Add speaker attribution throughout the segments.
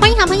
Speaker 1: 欢迎好朋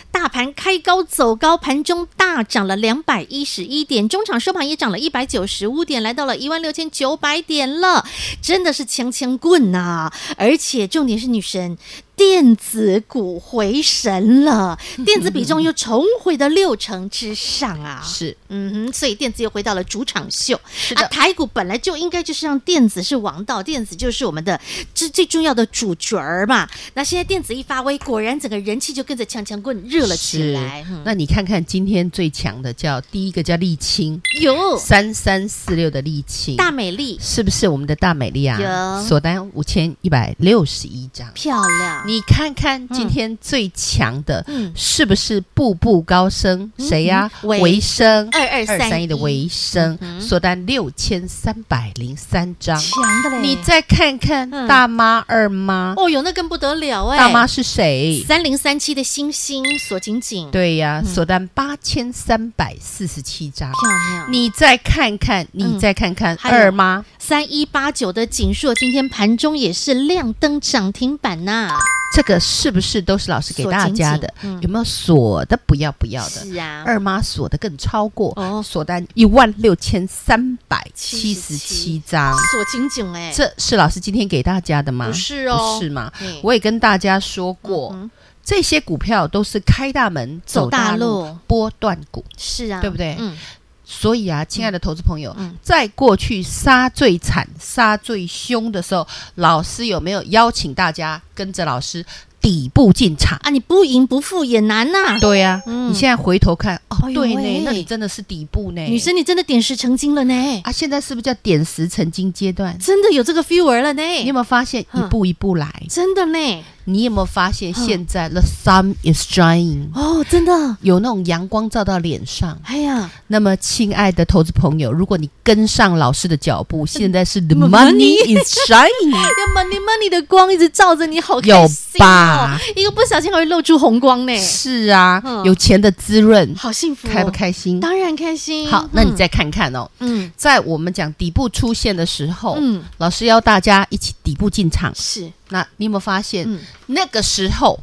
Speaker 1: 大盘开高走高，盘中大涨了两百一十一点，中场收盘也涨了一百九十五点，来到了一万六千九百点了，真的是枪枪棍呐、而且重点是女神。电子股回神了，电子比重又重回到六成之上啊！
Speaker 2: 是，
Speaker 1: 嗯哼，所以电子又回到了主场秀。是
Speaker 2: 的
Speaker 1: 啊、台股本来就应该就是让电子是王道，电子就是我们的这最重要的主角儿嘛。那现在电子一发威，果然整个人气就跟着强强棍热了起来。
Speaker 2: 是
Speaker 1: 嗯
Speaker 2: 那你看看今天最强的叫第一个叫沥青，
Speaker 1: 有
Speaker 2: 三三四六的沥青，
Speaker 1: 大美丽，
Speaker 2: 是不是我们的大美丽啊？
Speaker 1: 有
Speaker 2: 锁单五千一百六十一张。
Speaker 1: 漂亮，
Speaker 2: 你看看今天最强的
Speaker 1: 嗯，
Speaker 2: 是不是步步高升？谁呀？
Speaker 1: 嗯维
Speaker 2: 维生
Speaker 1: 二二
Speaker 2: 二
Speaker 1: 三
Speaker 2: 三一的维生
Speaker 1: 嗯，哼
Speaker 2: 锁单六千三百零三张。
Speaker 1: 强的嘞！
Speaker 2: 你再看看
Speaker 1: 嗯
Speaker 2: 大妈、二妈，
Speaker 1: 哦哟，那更不得了哎！
Speaker 2: 大妈是谁？
Speaker 1: 三零三七的星星锁紧紧，
Speaker 2: 对呀，
Speaker 1: 嗯
Speaker 2: 锁单八千三百四十七张。
Speaker 1: 漂亮。
Speaker 2: 你再看看，你再看看
Speaker 1: 嗯还有
Speaker 2: 二妈，
Speaker 1: 三一八九的锦硕今天盘中也是亮灯涨停板呐、
Speaker 2: 这个是不是都是老师给
Speaker 1: 锁
Speaker 2: 大
Speaker 1: 紧
Speaker 2: 家
Speaker 1: 紧
Speaker 2: 的
Speaker 1: 嗯？
Speaker 2: 有没有锁的不要不要的？
Speaker 1: 是啊，
Speaker 2: 二妈锁的更超过，
Speaker 1: 哦
Speaker 2: 锁单一万六千三百七十七张。
Speaker 1: 锁紧紧哎，
Speaker 2: 这是老师今天给大家的吗？
Speaker 1: 不是哦
Speaker 2: 不是吗
Speaker 1: 对？
Speaker 2: 我也跟大家说过，
Speaker 1: 嗯
Speaker 2: 这些股票都是开大门
Speaker 1: 走大
Speaker 2: 路、
Speaker 1: 路
Speaker 2: 波段股，
Speaker 1: 是啊，
Speaker 2: 对不对
Speaker 1: 嗯，
Speaker 2: 所以啊，亲爱的投资朋友，
Speaker 1: 嗯
Speaker 2: 在过去杀最惨、杀最凶的时候，老师有没有邀请大家跟着老师底部进场？
Speaker 1: 啊，你不赢不负也难呐、
Speaker 2: 对呀、
Speaker 1: 嗯
Speaker 2: 你现在回头看，哦，
Speaker 1: 哎呦
Speaker 2: 对
Speaker 1: 喂哎
Speaker 2: 呢，那你真的是底部呢，
Speaker 1: 女生你真的点石成金了呢，
Speaker 2: 啊，现在是不是叫点石成金阶段？
Speaker 1: 真的有这个 feel 儿了呢，
Speaker 2: 你有没有发现一
Speaker 1: 嗯
Speaker 2: 步一步来？
Speaker 1: 真的呢，
Speaker 2: 你有没有发现
Speaker 1: 嗯
Speaker 2: 现在 the sun is shining，
Speaker 1: 哦，真的，
Speaker 2: 有那种阳光照到脸上？
Speaker 1: 哎呀，
Speaker 2: 那么，亲爱的投资朋友，如果你跟上老师的脚步，现在是嗯 the
Speaker 1: money
Speaker 2: money is shining，
Speaker 1: 要 money money 的光一直照着你，好开
Speaker 2: 有
Speaker 1: 心哦
Speaker 2: 吧，
Speaker 1: 一个不小心还会露出红光呢，
Speaker 2: 是啊
Speaker 1: 嗯，
Speaker 2: 有钱的滋润，
Speaker 1: 好幸福、哦，
Speaker 2: 开不？开心？
Speaker 1: 当然开心。
Speaker 2: 好，那你
Speaker 1: 嗯
Speaker 2: 再看看哦，
Speaker 1: 嗯
Speaker 2: 在我们讲底部出现的时候，
Speaker 1: 嗯
Speaker 2: 老师邀大家一起底部进场。
Speaker 1: 是
Speaker 2: 那你有没有发现，
Speaker 1: 嗯
Speaker 2: 那个时候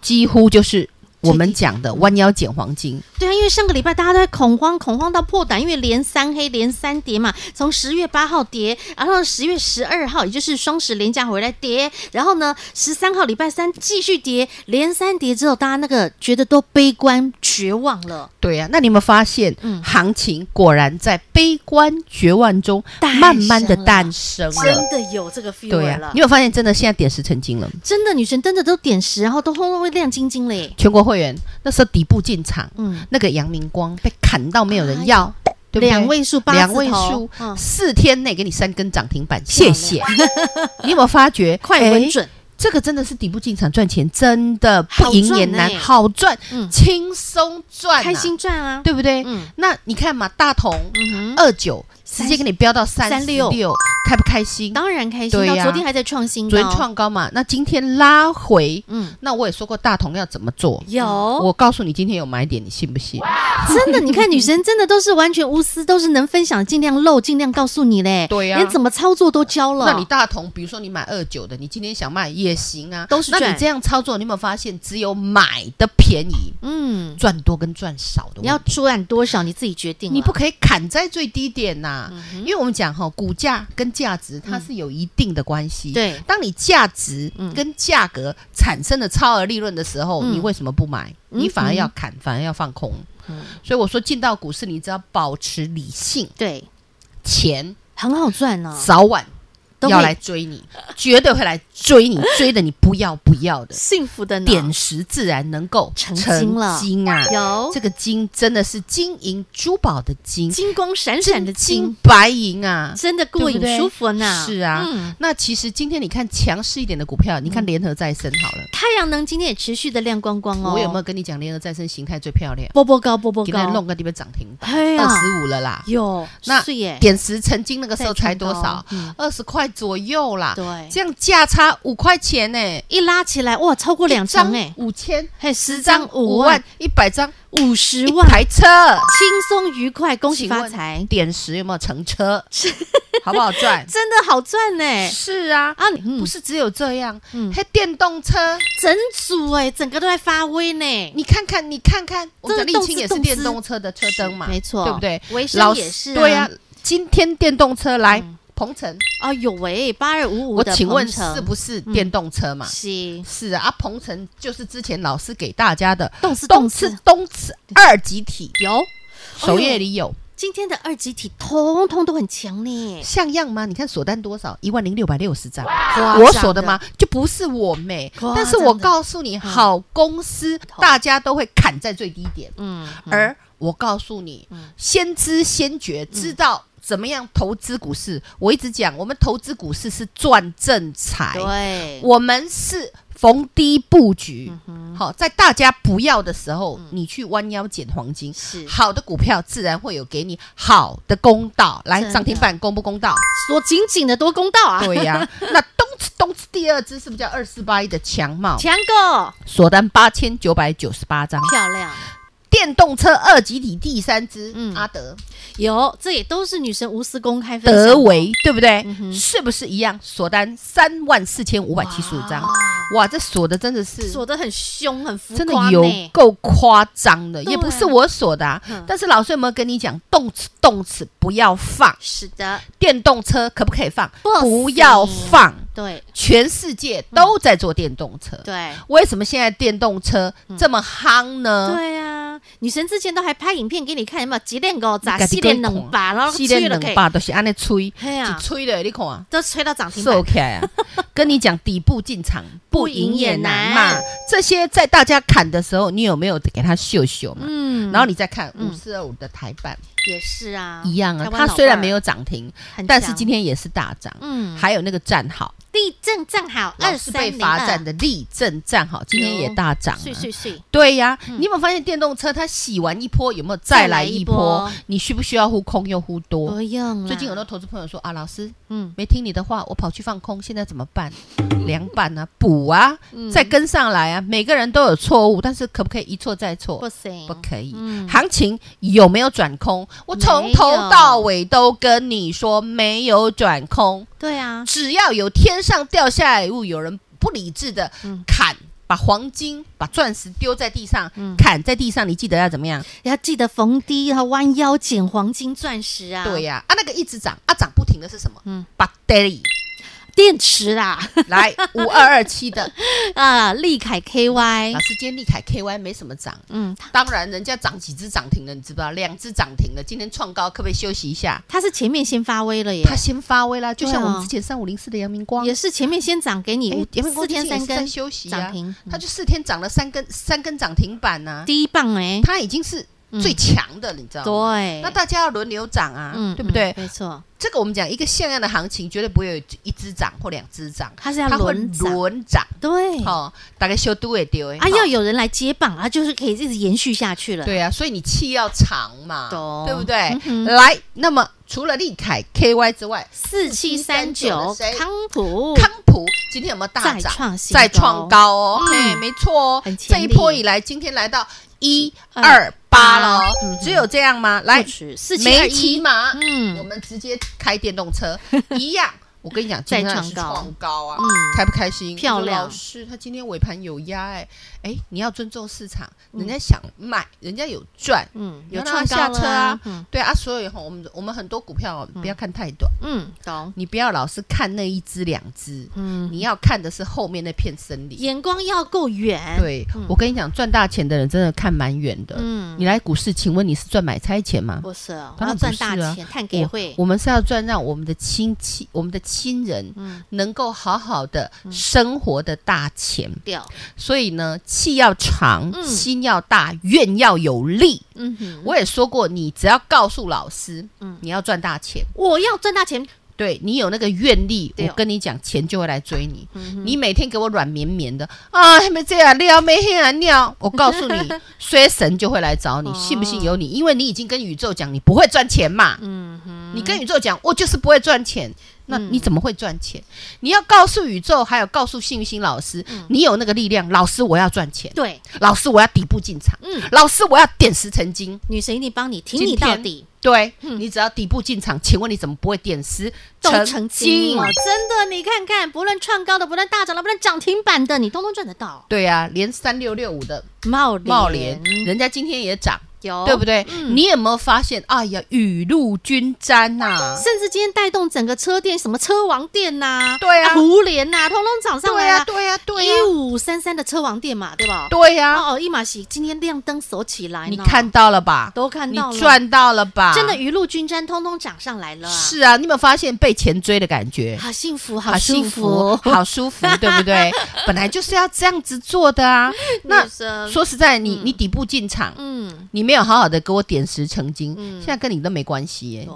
Speaker 2: 几乎就是我们讲的弯腰捡黄金，
Speaker 1: 对啊，因为上个礼拜大家都在恐慌，恐慌到破胆，因为连三黑连三跌嘛，从十月八号跌，然后十月十二号，也就是双十连假回来跌，然后呢十三号礼拜三继续跌，连三跌之后，大家那个觉得都悲观绝望了，
Speaker 2: 对呀、啊。那你有没有发现，
Speaker 1: 嗯
Speaker 2: 行情果然在悲观绝望中
Speaker 1: 诞生
Speaker 2: 慢慢的诞生
Speaker 1: 真
Speaker 2: 了？
Speaker 1: 的有这个 feel
Speaker 2: 对呀、
Speaker 1: 了，
Speaker 2: 你有没有发现，真的现在点石成金了。
Speaker 1: 真的女神真的都点石，然后都轰轰会亮晶晶嘞，
Speaker 2: 全国会员那时候底部进场，
Speaker 1: 嗯，哎
Speaker 2: 那个阳明光被砍到没有人要，对不对？
Speaker 1: 两位数八字
Speaker 2: 两位
Speaker 1: 头
Speaker 2: 数，
Speaker 1: 嗯，
Speaker 2: 四天内给你三根涨停板，
Speaker 1: 漂
Speaker 2: 谢
Speaker 1: 亮
Speaker 2: 谢。你有没有发觉？
Speaker 1: 快
Speaker 2: 哎
Speaker 1: 稳准，
Speaker 2: 这个真的是底部进场赚钱，真的
Speaker 1: 好赚
Speaker 2: 不赢也难，
Speaker 1: 呢
Speaker 2: 好赚，
Speaker 1: 嗯
Speaker 2: 轻松赚、
Speaker 1: 开，心赚啊，
Speaker 2: 对不对？
Speaker 1: 嗯
Speaker 2: 那你看嘛，大同
Speaker 1: 嗯哼。
Speaker 2: 二九直
Speaker 1: 三
Speaker 2: 接给你飙到三
Speaker 1: 36
Speaker 2: 六，开不开心？
Speaker 1: 当然开心
Speaker 2: 对
Speaker 1: 到
Speaker 2: 呀
Speaker 1: 昨天还在创新高，
Speaker 2: 昨天创高嘛，那今天拉回，
Speaker 1: 嗯
Speaker 2: 那我也说过大同要怎么做。
Speaker 1: 有
Speaker 2: 我告诉你，今天有买点，你信不信？
Speaker 1: 真的，你看女神真的都是完全无私，都是能分享，尽量漏，尽量告诉你嘞，
Speaker 2: 对呀
Speaker 1: 连怎么操作都教了，
Speaker 2: 那你大同，比如说你买二九的，你今天想卖也行啊，
Speaker 1: 都是
Speaker 2: 那
Speaker 1: 赚
Speaker 2: 你这样操作，你有没有发现，只有买的便宜，
Speaker 1: 嗯，
Speaker 2: 赚多跟赚少
Speaker 1: 你
Speaker 2: 的问题？
Speaker 1: 要赚多少你自己决定啊嗯啦，
Speaker 2: 你不可以砍在最低点呐、因为我们讲哈、股价跟价值它是有一定的关系。
Speaker 1: 嗯对
Speaker 2: 当你价值
Speaker 1: 嗯
Speaker 2: 跟价格产生了超额利润的时候，
Speaker 1: 嗯
Speaker 2: 你为什么不买？
Speaker 1: 嗯
Speaker 2: 你反而要砍，反而要放空。
Speaker 1: 嗯
Speaker 2: 所以我说，进到股市，你只要保持理性，
Speaker 1: 对，
Speaker 2: 钱
Speaker 1: 很好赚呢，哦
Speaker 2: 早晚
Speaker 1: 啊都会啊
Speaker 2: 要来追你，绝对会来追你，追的你不要不要的，
Speaker 1: 幸福的呢
Speaker 2: 点石自然能够
Speaker 1: 啊成精了
Speaker 2: 成精啊！
Speaker 1: 有
Speaker 2: 这个金真的是金银珠宝的金，
Speaker 1: 金光闪闪的
Speaker 2: 金
Speaker 1: 金，
Speaker 2: 白银啊！
Speaker 1: 真的过瘾
Speaker 2: 对不对
Speaker 1: 舒服呢。
Speaker 2: 是啊
Speaker 1: 嗯，
Speaker 2: 那其实今天你看强势一点的股票，你看联合再生好了，
Speaker 1: 太阳能今天也持续的亮光光哦。
Speaker 2: 我有没有跟你讲联合再生形态最漂亮？
Speaker 1: 波波高波波
Speaker 2: 给它
Speaker 1: 高？
Speaker 2: 弄个地方涨停板，
Speaker 1: 嘿
Speaker 2: 二
Speaker 1: 呀，
Speaker 2: 十五了啦。
Speaker 1: 有
Speaker 2: 那
Speaker 1: 是耶，
Speaker 2: 点石曾经那个时候才多
Speaker 1: 再创
Speaker 2: 少
Speaker 1: 高？嗯
Speaker 2: 二十块左右啦。
Speaker 1: 对
Speaker 2: 这样价差五块钱呢、
Speaker 1: 一拉起来哇，超过两成哎，
Speaker 2: 五千，
Speaker 1: 嘿，十
Speaker 2: 十张
Speaker 1: 张
Speaker 2: 五
Speaker 1: 五
Speaker 2: 万
Speaker 1: 万，，
Speaker 2: 一百张
Speaker 1: 五十
Speaker 2: 一
Speaker 1: 万，
Speaker 2: 台车。
Speaker 1: 轻松愉快，恭喜
Speaker 2: 请
Speaker 1: 发
Speaker 2: 问
Speaker 1: 财，？
Speaker 2: 点石有没有乘车？好不好赚
Speaker 1: 真的好赚呢。
Speaker 2: 是啊，
Speaker 1: 啊，
Speaker 2: 不
Speaker 1: 不是
Speaker 2: 是只有这样
Speaker 1: 嗯，
Speaker 2: 还电动车，
Speaker 1: 整组哎，整个都在发威呢。
Speaker 2: 你看看，你看看，我们的
Speaker 1: 这
Speaker 2: 沥
Speaker 1: 动
Speaker 2: 青
Speaker 1: 之
Speaker 2: 也是
Speaker 1: 动
Speaker 2: 电
Speaker 1: 之
Speaker 2: 动车的车灯嘛，
Speaker 1: 没错，
Speaker 2: 对不对？
Speaker 1: 维
Speaker 2: 老
Speaker 1: 生也是，
Speaker 2: 对啊，，今天电动车来
Speaker 1: 嗯
Speaker 2: 鹏程，
Speaker 1: 啊有喂，八二五五
Speaker 2: 我
Speaker 1: 的
Speaker 2: 请问
Speaker 1: 鹏程嗯
Speaker 2: 是不是电动车嘛？
Speaker 1: 是
Speaker 2: 是啊，啊鹏程就是之前老师给大家的
Speaker 1: 动次
Speaker 2: 东
Speaker 1: 动
Speaker 2: 次
Speaker 1: 次
Speaker 2: 东次二级体，
Speaker 1: 有？哎
Speaker 2: 首页里有
Speaker 1: 今天的二级体通通都很强呢，
Speaker 2: 像样吗？你看锁单多少？一万零六百六十张。
Speaker 1: 夸
Speaker 2: 我
Speaker 1: 张
Speaker 2: 锁的吗？就不是我妹，
Speaker 1: 夸张的
Speaker 2: 但是我告诉你，好公司大家都会砍在最低点，
Speaker 1: 嗯，而
Speaker 2: 而我告诉你
Speaker 1: 嗯，
Speaker 2: 先知先觉，知道怎么样投资股市。我一直讲，我们投资股市是赚正财，
Speaker 1: 对，
Speaker 2: 我们是逢低布局。
Speaker 1: 嗯
Speaker 2: 好，在大家不要的时候，你去弯腰捡黄金。
Speaker 1: 是
Speaker 2: 好的股票自然会有给你好的公道，来
Speaker 1: 真的
Speaker 2: 涨停板公不 公道？
Speaker 1: 锁紧紧的多公道啊，
Speaker 2: 对呀、那东次东次第二只是不是叫二四八一的强茂？
Speaker 1: 强哥
Speaker 2: 锁单八千九百九十八张，
Speaker 1: 漂亮，
Speaker 2: 电动车二级体第三只，
Speaker 1: 嗯
Speaker 2: 阿德
Speaker 1: 有这也都是女神无私公开分享
Speaker 2: 德维对不对？
Speaker 1: 嗯哼
Speaker 2: 是不是一样？锁单三万四千五百七十五张，哇，这锁的真的是
Speaker 1: 哦锁的很凶，很浮
Speaker 2: 真的
Speaker 1: 夸
Speaker 2: 有
Speaker 1: 呢，
Speaker 2: 够夸张的，
Speaker 1: 对
Speaker 2: 也不是我锁的、啊
Speaker 1: 嗯。
Speaker 2: 但是老师有没有跟你讲，动词动词不要放，
Speaker 1: 是的，
Speaker 2: 电动车可不可以放？
Speaker 1: 不行
Speaker 2: 不要放，
Speaker 1: 对
Speaker 2: 全世界都在做电动车。
Speaker 1: 对。嗯
Speaker 2: 为什么现在电动车这么夯呢？
Speaker 1: 对啊，女神之前都还拍影片给你看，有没有几点狗咋
Speaker 2: 你自己
Speaker 1: 系列冷吧，然后
Speaker 2: 系
Speaker 1: 吹
Speaker 2: 列
Speaker 1: 了
Speaker 2: 冷
Speaker 1: 可以，
Speaker 2: 吧都是安尼吹，一
Speaker 1: 嘿啊，
Speaker 2: 吹的你看啊，
Speaker 1: 都吹到涨停板
Speaker 2: 瘦，起来啊！跟你讲，底部进场
Speaker 1: 不赢也难
Speaker 2: 嘛。这些在大家砍的时候，你有没有给它秀秀嘛？
Speaker 1: 嗯，
Speaker 2: 然后你再看
Speaker 1: 嗯
Speaker 2: 五四二五的台版
Speaker 1: 也是啊，
Speaker 2: 一样啊
Speaker 1: 台，湾
Speaker 2: 它
Speaker 1: 老
Speaker 2: 虽然
Speaker 1: 伴儿
Speaker 2: 没有涨停，
Speaker 1: 很强，
Speaker 2: 但是今天也是大涨。
Speaker 1: 嗯，
Speaker 2: 还有那个战好，
Speaker 1: 地震正好
Speaker 2: 老
Speaker 1: 二
Speaker 2: 是
Speaker 1: 三
Speaker 2: 被
Speaker 1: 零
Speaker 2: 罚站
Speaker 1: 二，
Speaker 2: 的立正战好，今天也大涨啊。
Speaker 1: 碎碎碎，
Speaker 2: 对呀，
Speaker 1: 嗯
Speaker 2: 你有没有发现电动车它洗完一波，有没有再来
Speaker 1: 再来一
Speaker 2: 一波
Speaker 1: 波？啊
Speaker 2: 你需不需要忽空又忽多？
Speaker 1: 不用啦
Speaker 2: 最近很多投资朋友说啊，老师
Speaker 1: 嗯
Speaker 2: 没听你的话，我跑去放空，现在怎么办？凉拌啊，补啊，
Speaker 1: 嗯
Speaker 2: 再跟上来啊。每个人都有错误，但是可不可以一错再
Speaker 1: 不
Speaker 2: 错？
Speaker 1: 行，
Speaker 2: 不可以。
Speaker 1: 嗯
Speaker 2: 行情有没有转空？我从
Speaker 1: 没
Speaker 2: 头
Speaker 1: 有
Speaker 2: 到尾都跟你说没有转空，
Speaker 1: 对啊，
Speaker 2: 只要有天上掉下来的物，有人不理智的
Speaker 1: 嗯
Speaker 2: 砍。把黄金、把钻石丢在地上，
Speaker 1: 嗯
Speaker 2: 砍在地上，你记得要怎么样？
Speaker 1: 要记得逢低要弯腰捡黄金钻石啊，
Speaker 2: 对呀、啊，那个一直涨啊，涨不停的是什么？
Speaker 1: 嗯
Speaker 2: 嗯，把 daily
Speaker 1: 电池啦，
Speaker 2: 来五二二七的
Speaker 1: 啊，利凯
Speaker 2: 老
Speaker 1: KY，
Speaker 2: 师，今天利凯 KY 没什么涨，
Speaker 1: 嗯，
Speaker 2: 当然人家涨几只涨停了，你
Speaker 1: 啊
Speaker 2: 知不知道？两只涨停了，今天创高可不可以休息一下？
Speaker 1: 它是前面先发威了耶，
Speaker 2: 它先发威啦，就像
Speaker 1: 啊对啊
Speaker 2: 我们之前三五零四的阳明光，
Speaker 1: 也是前面先涨给你
Speaker 2: 哎
Speaker 1: 五
Speaker 2: 阳明光
Speaker 1: 四天
Speaker 2: 最
Speaker 1: 三
Speaker 2: 近也是在
Speaker 1: 根
Speaker 2: 休息啊
Speaker 1: 涨停，
Speaker 2: 它
Speaker 1: 嗯
Speaker 2: 就四天涨了三根三根涨停板呐、
Speaker 1: 第一棒哎，
Speaker 2: 它已经是最强的，你知道吗？
Speaker 1: 嗯对，嗯
Speaker 2: 那大家要轮流涨啊，对不对？
Speaker 1: 没错，
Speaker 2: 这个我们讲一个像样的行情，绝对不会有一只涨或两只涨，
Speaker 1: 它是要
Speaker 2: 它会
Speaker 1: 轮涨，哎
Speaker 2: 轮涨。
Speaker 1: 对，
Speaker 2: 哦，大概修都会丢哎，
Speaker 1: 啊，
Speaker 2: 哦
Speaker 1: 要有人来接棒啊，就是可以一直延续下去了。
Speaker 2: 对啊，所以你气要长嘛，
Speaker 1: 懂
Speaker 2: 对不对？
Speaker 1: 嗯哼
Speaker 2: 来，那么除了利凯 KY 之外，
Speaker 1: 四七三九
Speaker 2: 谁
Speaker 1: 康普
Speaker 2: 康普今天有没有大
Speaker 1: 哦再
Speaker 2: 涨？
Speaker 1: 创新
Speaker 2: 再创，高哦，
Speaker 1: 嗯
Speaker 2: 嘿，没错哦
Speaker 1: 很，
Speaker 2: 这
Speaker 1: 前
Speaker 2: 一
Speaker 1: 力
Speaker 2: 波以来，今天来到一
Speaker 1: 二
Speaker 2: 二八了哦
Speaker 1: 嗯哼，
Speaker 2: 只有这样吗？来，
Speaker 1: 四七二
Speaker 2: 哎没骑
Speaker 1: 一，
Speaker 2: 马，
Speaker 1: 嗯
Speaker 2: 我们直接开电动 车一样。我跟你讲，今
Speaker 1: 再
Speaker 2: 天
Speaker 1: 创
Speaker 2: 是
Speaker 1: 高
Speaker 2: 创高啊，
Speaker 1: 嗯
Speaker 2: 开不开心？
Speaker 1: 漂亮
Speaker 2: 我说老师，他今天尾盘有压哎，哎，你要尊重市场，人家想买，人家有赚，
Speaker 1: 嗯，
Speaker 2: 有
Speaker 1: 有
Speaker 2: 让它
Speaker 1: 创高
Speaker 2: 下车啊
Speaker 1: 了嗯
Speaker 2: 对啊，所以吼，我们我们很多股票哦不要看太短，
Speaker 1: 嗯，懂，
Speaker 2: 你不要老是看那一只两只，
Speaker 1: 嗯，
Speaker 2: 你要看的是后面那片森林。
Speaker 1: 眼光要够远，，
Speaker 2: 对，我跟你讲，赚大钱的人真的看蛮远的。
Speaker 1: 嗯
Speaker 2: 你来股市，请问你是赚买菜钱吗？
Speaker 1: 不是，我要
Speaker 2: 当然不
Speaker 1: 赚
Speaker 2: 是
Speaker 1: 大
Speaker 2: 啊
Speaker 1: 钱，探给
Speaker 2: 我
Speaker 1: 会，
Speaker 2: 我们是要赚让我们的亲戚、我们的亲人
Speaker 1: 嗯，
Speaker 2: 能够好好的生活的大前
Speaker 1: 掉，
Speaker 2: 所以呢，气要长，
Speaker 1: 嗯
Speaker 2: 心要大，愿要有力。
Speaker 1: 嗯哼，
Speaker 2: 我也说过，你只要告诉老师，
Speaker 1: 嗯
Speaker 2: 你要赚大钱，
Speaker 1: 我要赚大钱，
Speaker 2: 对你有那个愿力，
Speaker 1: 对哦
Speaker 2: 我跟你讲，钱就会来追你。
Speaker 1: 嗯哼
Speaker 2: 你每天给我软绵绵的啊，还没这样料，没黑啊尿，我告诉 你，衰神就会来找你，
Speaker 1: 哦
Speaker 2: 信不信由你，因为你已经跟宇宙讲你不会赚钱嘛，
Speaker 1: 嗯哼，
Speaker 2: 你跟宇宙讲我就是不会赚钱。那
Speaker 1: 嗯
Speaker 2: 你怎么会赚钱？你要告诉宇宙，还有告诉幸运星老师，
Speaker 1: 嗯
Speaker 2: 你有那个力量。老师，我要赚钱。
Speaker 1: 对，
Speaker 2: 老师，我要底部进场。
Speaker 1: 嗯
Speaker 2: 老师，我要点石成金。
Speaker 1: 女神一定帮你挺
Speaker 2: 今
Speaker 1: 你到
Speaker 2: 天
Speaker 1: 底，
Speaker 2: 对、你只要底部进场，请问你怎么不会点石
Speaker 1: 都成精哦，真的，你看看，不论创高的，不论大涨的，不论涨停板的，你通通赚得到。
Speaker 2: 对啊，连三六六五的
Speaker 1: 茂联
Speaker 2: 茂联，人家今天也涨，
Speaker 1: 有
Speaker 2: 对不？对？
Speaker 1: 嗯
Speaker 2: 你有没有发现？哎呀，雨露均沾呐、
Speaker 1: 甚至今天带动整个车店，什么车王店呐、
Speaker 2: 对啊
Speaker 1: 胡联呐，通通涨上
Speaker 2: 对
Speaker 1: 来
Speaker 2: 呀、
Speaker 1: 啊！
Speaker 2: 对呀、对呀、
Speaker 1: 一五三三的车王店嘛，对吧？
Speaker 2: 对呀、
Speaker 1: 哦哦，一马喜今天亮灯锁起来呢，
Speaker 2: 你看到了吧？
Speaker 1: 都看
Speaker 2: 你
Speaker 1: 到了，
Speaker 2: 赚到了吧？
Speaker 1: 真的雨露均沾，通通涨上来了、啊，
Speaker 2: 是啊，你有没有发现被钱追的感觉？
Speaker 1: 好幸福，
Speaker 2: 好
Speaker 1: 舒
Speaker 2: 幸
Speaker 1: 服
Speaker 2: 福，，好 舒服，对不对？本来就是要这样子做的啊。
Speaker 1: 嗯
Speaker 2: 那
Speaker 1: 女生
Speaker 2: 说实在，你你底部进场，
Speaker 1: 嗯，
Speaker 2: 你没有好好的给我点石成金，
Speaker 1: 嗯哦哎
Speaker 2: 现在跟你都没关系耶
Speaker 1: 对。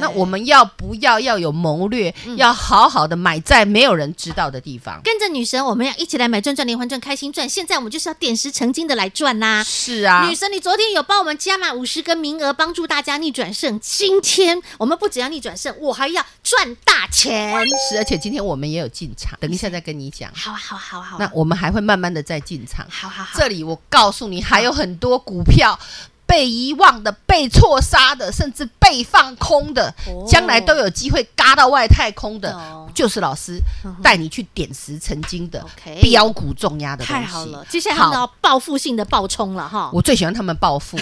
Speaker 2: 那我们要不要要有谋略？
Speaker 1: 嗯
Speaker 2: 要好好的买在没有人知道的地方。
Speaker 1: 跟着女神，我们要一起来买赚赚连环赚开心赚，现在我们就是要点石成金的来赚啦、
Speaker 2: 是啊
Speaker 1: 女，神，你昨天有帮我们加满五十个名额，帮助大家逆转胜。今天我们不只要逆转胜，我还要赚大钱。
Speaker 2: 是，而且今天我们也有进场，等一下再跟你讲。
Speaker 1: 好啊，好啊，好啊，好
Speaker 2: 那
Speaker 1: 啊，
Speaker 2: 我们还会慢慢的再进场。
Speaker 1: 好好好，
Speaker 2: 这里我告诉你，还有很多股票被遗忘的、被错杀的，甚至被放空的
Speaker 1: 哦，
Speaker 2: 将来都有机会嘎到外太空的
Speaker 1: 懂，
Speaker 2: 就是老师
Speaker 1: 嗯哼
Speaker 2: 带你去点石成金的
Speaker 1: OK
Speaker 2: 标股重压的东西。
Speaker 1: 太好了，接下来他们要
Speaker 2: 好
Speaker 1: 报复性的暴冲了哈。
Speaker 2: 我最喜欢他们 暴富，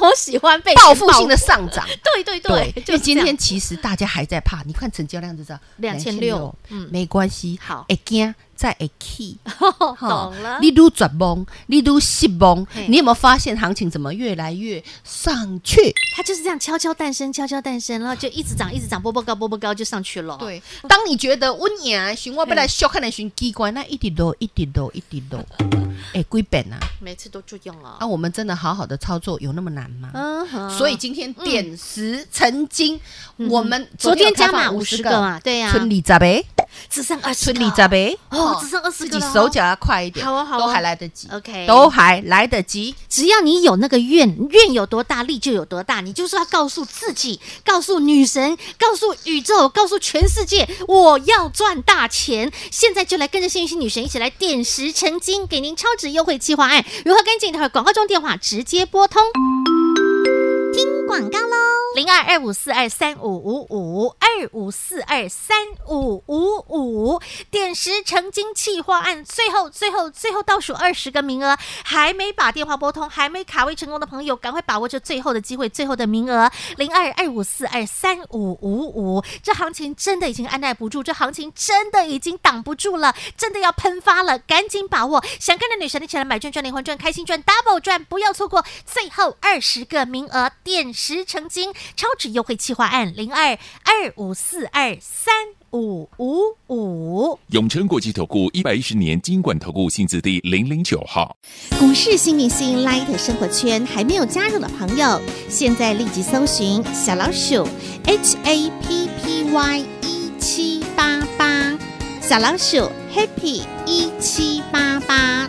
Speaker 1: 我喜欢被
Speaker 2: 报复性的
Speaker 1: 钱
Speaker 2: 上涨。
Speaker 1: 报复，对对对，
Speaker 2: 因为
Speaker 1: 就是
Speaker 2: 今
Speaker 1: 这样
Speaker 2: 天其实大家还在怕，你看成交量就知道
Speaker 1: 2600嗯
Speaker 2: 没关系，
Speaker 1: 好
Speaker 2: 会惊再会起，哈
Speaker 1: 哦懂了
Speaker 2: 你。愈绝望，你愈失望
Speaker 1: 嘿，
Speaker 2: 你有没有发现行情怎么越来越上去？
Speaker 1: 它就是这样悄悄诞生，悄悄诞生，然后就一直涨，一直涨，波波高，波波高就上去了。，
Speaker 2: 对，当你觉得我娘寻我本来小看来寻机关，那一直落，一直落，一直落， 哎，归本啊！
Speaker 1: 每次都就用了
Speaker 2: 啊，。我们真的好好的操作，有那么难吗？
Speaker 1: 嗯哼
Speaker 2: 所以今天点石成金，我们
Speaker 1: 嗯昨天
Speaker 2: 有开
Speaker 1: 加码
Speaker 2: 放
Speaker 1: 五十
Speaker 2: 50
Speaker 1: 个嘛，对呀，
Speaker 2: 存里咋呗？
Speaker 1: 只剩二十
Speaker 2: 存
Speaker 1: 个，
Speaker 2: 里咋呗？
Speaker 1: 哦
Speaker 2: 哦，
Speaker 1: 只剩二十
Speaker 2: 自
Speaker 1: 个
Speaker 2: 己
Speaker 1: 了哦
Speaker 2: 手脚要快一点，
Speaker 1: 好哦好哦
Speaker 2: 都还来得及
Speaker 1: OK
Speaker 2: 都还来得及。
Speaker 1: 只要你有那个愿，愿有多大，力就有多大。你就是要告诉自己，告诉女神，告诉宇宙，告诉全世界，我要赚大钱。现在就来跟着幸运星女神一起来点石成金，给您超值优惠计划案。如何跟进？待会儿广告中电话直接拨通。广告喽，零二二五四二三五五五二五四二三五五五，点石成金企划案，最后最后最后倒数二十个名额，还没把电话拨通，还没卡位成功的朋友，赶快把握这最后的机会，最后的名额，零二二五四二三五五五，这行情真的已经按耐不住，这行情真的已经挡不住了，真的要喷发了，赶紧把握，想跟着女神一起来买赚赚连环赚，开心赚 double 赚，不要错过最后二十个名额，点石成金，超值优惠企划案零二二五四二三五五五。
Speaker 3: 永诚国际投顾一百一十年金管投顾性质第零零九号。
Speaker 4: 股市新明星 Light 生活圈还没有加入的朋友，现在立即搜寻小老鼠 HAPPY 一 E 七八八，小老鼠 Happy 一七八八，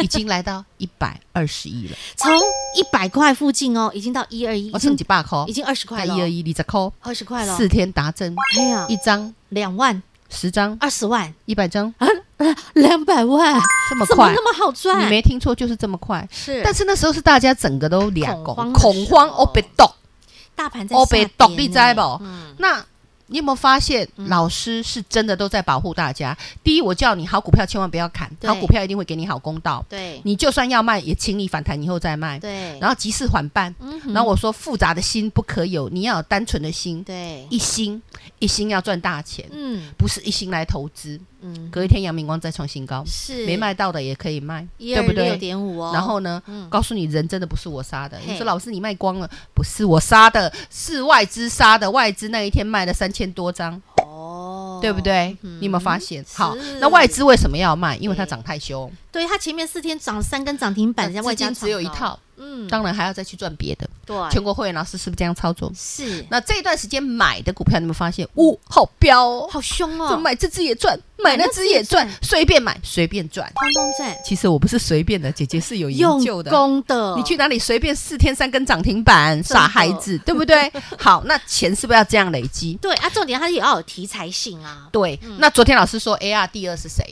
Speaker 2: 已经来到一百二十亿 了，
Speaker 1: 从一百块附近哦，已经到一二一，
Speaker 2: 我
Speaker 1: 已
Speaker 2: 剩
Speaker 1: 经
Speaker 2: 几百块，
Speaker 1: 已经二十块
Speaker 2: 哦在
Speaker 1: 了
Speaker 2: 一，二一，你在扣，
Speaker 1: 二十块了。
Speaker 2: 四天达阵，
Speaker 1: 哎呀，
Speaker 2: 一张、
Speaker 1: 两万、
Speaker 2: 十张、
Speaker 1: 二十万、
Speaker 2: 一百张，
Speaker 1: 两百万，
Speaker 2: 这么
Speaker 1: 怎啊么
Speaker 2: 快
Speaker 1: 那，么好
Speaker 2: 你
Speaker 1: 赚？
Speaker 2: 没听错，就是这么快。
Speaker 1: 是，
Speaker 2: 但
Speaker 1: 是
Speaker 2: 是那时候是大家整个都俩
Speaker 1: 恐慌
Speaker 2: 拱
Speaker 1: 的时候
Speaker 2: 恐慌，哦别动。
Speaker 1: 大盘在
Speaker 2: 哦被
Speaker 1: 下
Speaker 2: 动
Speaker 1: 跌
Speaker 2: 你
Speaker 1: 呢
Speaker 2: 知不
Speaker 1: 嗯，
Speaker 2: 那你有没有发现，老师是真的都在保护大家？第一，我叫你好股票千万不要砍，
Speaker 1: 对
Speaker 2: 好股票一定会给你好公道。
Speaker 1: 对
Speaker 2: 你就算要卖，也请你反弹以后再卖，
Speaker 1: 对，
Speaker 2: 然后及时缓办。
Speaker 1: 嗯哼
Speaker 2: 然后我说，复杂的心不可有，你要有单纯的心，
Speaker 1: 对，
Speaker 2: 一心一心要赚大钱，
Speaker 1: 嗯
Speaker 2: 不是一心来投资。
Speaker 1: 嗯，
Speaker 2: 隔一天，阳明光再创新高，
Speaker 1: 是
Speaker 2: 没卖到的也可以卖，
Speaker 1: 一
Speaker 2: 对
Speaker 1: 二
Speaker 2: 不
Speaker 1: 六
Speaker 2: 对？
Speaker 1: 点五哦，
Speaker 2: 然后呢
Speaker 1: 嗯，
Speaker 2: 告诉你，人真的不是我杀的。你
Speaker 1: 嘿
Speaker 2: 说老师你卖光了，不是我杀的，是外资杀的。外资那一天卖了三千多张，
Speaker 1: 哦，
Speaker 2: 对不？对？
Speaker 1: 嗯
Speaker 2: 你有没有发现？
Speaker 1: 是
Speaker 2: 好，那外资为什么要卖？因为它
Speaker 1: 对
Speaker 2: 涨太凶，
Speaker 1: 对，它前面四天涨三根涨停板，人家
Speaker 2: 那
Speaker 1: 外
Speaker 2: 资
Speaker 1: 加
Speaker 2: 金只有一
Speaker 1: 长高，
Speaker 2: 套，
Speaker 1: 嗯，
Speaker 2: 当然还要再去赚别的。
Speaker 1: 对，
Speaker 2: 全国会员老师是不是这样操作？
Speaker 1: 是
Speaker 2: 那这一段时间买的股票，你有没有发现？呜，好飙哦！
Speaker 1: 好凶哦，
Speaker 2: 就买这只也赚，买那只也赚
Speaker 1: 买那只也，
Speaker 2: 随便买随便赚。
Speaker 1: 通通赚，
Speaker 2: 其实我不是随便的，姐姐是有研究
Speaker 1: 用
Speaker 2: 的。
Speaker 1: 功的，
Speaker 2: 你去哪里随便四天三根涨停板，
Speaker 1: 哦的
Speaker 2: 傻孩子，对不对？好，那钱是不是要这样累积？嗯
Speaker 1: 对啊，重点它也要有题材性啊。
Speaker 2: 对，那昨天老师说 AR 第二是谁？